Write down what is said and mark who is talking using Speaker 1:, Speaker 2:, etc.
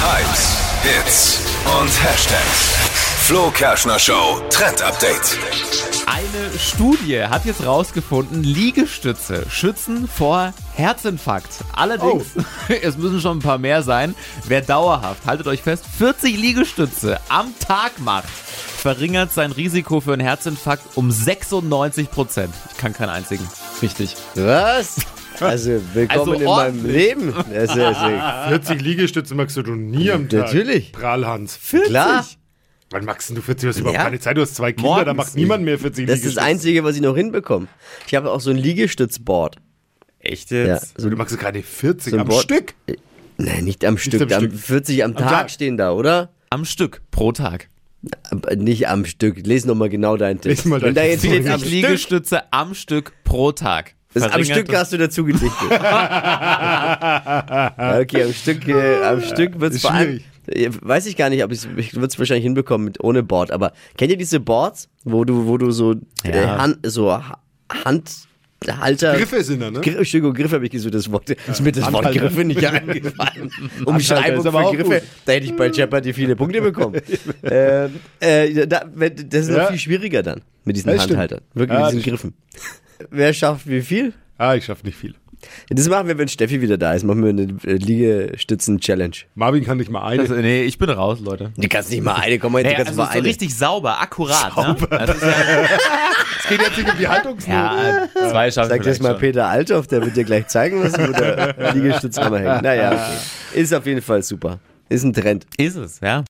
Speaker 1: Hypes, Hits und Hashtags. Flo Kerschner Show Trend Update.
Speaker 2: Eine Studie hat jetzt rausgefunden, Liegestütze schützen vor Herzinfarkt. Allerdings,
Speaker 3: Oh.
Speaker 2: es müssen schon ein paar mehr sein. Wer dauerhaft, haltet euch fest, 40 Liegestütze am Tag macht, verringert sein Risiko für einen Herzinfarkt um 96 Prozent. Ich kann keinen einzigen. Richtig.
Speaker 3: Was? Also, willkommen
Speaker 2: Also
Speaker 3: in meinem
Speaker 2: ordentlich.
Speaker 3: Leben. Das ist, das ist,
Speaker 4: 40 Liegestütze magst du nie am Tag.
Speaker 3: Natürlich.
Speaker 4: Prahlhans.
Speaker 3: klar,
Speaker 4: Wann magst denn du 40? Du hast überhaupt
Speaker 3: Ja.
Speaker 4: keine Zeit. Du hast zwei Kinder, da
Speaker 2: Morgens.
Speaker 4: macht niemand mehr 40
Speaker 3: das ist das
Speaker 4: Liegestütze.
Speaker 3: Einzige, was ich noch hinbekomme. Ich habe auch so ein Liegestützboard.
Speaker 2: Echt
Speaker 3: Ja,
Speaker 2: jetzt?
Speaker 3: so,
Speaker 4: Du magst keine 40
Speaker 3: so ein
Speaker 4: am
Speaker 3: Board.
Speaker 4: Stück.
Speaker 3: Nein, nicht am Stück,
Speaker 4: am
Speaker 3: am
Speaker 4: Stück.
Speaker 3: 40 am, Tag,
Speaker 4: Tag.
Speaker 3: stehen da, oder?
Speaker 2: Am Stück pro Tag.
Speaker 3: Aber Nicht am Stück. Lese nochmal genau deinen Tipp.
Speaker 4: Lese mal
Speaker 3: Wenn
Speaker 4: deinen
Speaker 3: da jetzt
Speaker 4: Tipp.
Speaker 3: steht, am
Speaker 2: 40
Speaker 3: Stück,
Speaker 2: Liegestütze am Stück pro Tag.
Speaker 3: das am
Speaker 2: Verringert
Speaker 3: Stück
Speaker 2: das-
Speaker 3: hast du dazu gedichtet. okay, am Stück, äh, am Stück wird es
Speaker 4: Ist
Speaker 3: vor allem.
Speaker 4: schwierig.
Speaker 3: äh, Weiß ich gar nicht, aber ich, ich würde es wahrscheinlich hinbekommen mit, ohne Board. Aber kennt ihr diese Boards, wo du, wo du so, äh,
Speaker 2: Ja.
Speaker 3: Hand, so Ha- Handhalter.
Speaker 4: Griffe sind da, ne?
Speaker 3: Gri- Entschuldigung, Griff habe ich gesucht, das Wort. Ist mir das Wort
Speaker 4: Handhalter.
Speaker 3: Griffe nicht eingefallen. Umschreibung
Speaker 4: ist aber auch
Speaker 3: für Griffe.
Speaker 4: gut.
Speaker 3: Da hätte ich bei Jeopardy viele Punkte bekommen. ähm, äh, da, wenn- das ist
Speaker 4: Ja.
Speaker 3: noch viel schwieriger dann mit diesen
Speaker 4: Das stimmt.
Speaker 3: Handhaltern. Wirklich
Speaker 4: Ja,
Speaker 3: mit
Speaker 4: das
Speaker 3: diesen Griffen. Wer schafft wie viel?
Speaker 4: Ah, ich schaff nicht viel.
Speaker 3: Das machen wir, wenn Steffi wieder da ist. Machen wir eine äh, Liegestützen-Challenge.
Speaker 4: Marvin kann nicht mal eine.
Speaker 2: Das, nee, ich bin raus, Leute.
Speaker 3: Die kannst nicht mal eine, komm mal, die
Speaker 2: Naja,
Speaker 3: kannst
Speaker 2: also
Speaker 3: mal
Speaker 2: so
Speaker 3: eine.
Speaker 2: richtig sauber, akkurat. Ne? Also es ist
Speaker 4: Es geht jetzt nicht um die Handlungsnot.
Speaker 2: ja, ja, zwei schaffen
Speaker 3: Sag das
Speaker 2: vielleicht
Speaker 3: mal
Speaker 2: schon.
Speaker 3: Peter Althoff, der wird dir gleich zeigen, was du
Speaker 4: Ah.
Speaker 3: der Liegestützhammer hängt. Naja, okay. ist auf jeden Fall super. Ist ein Trend.
Speaker 2: Ist es, ja.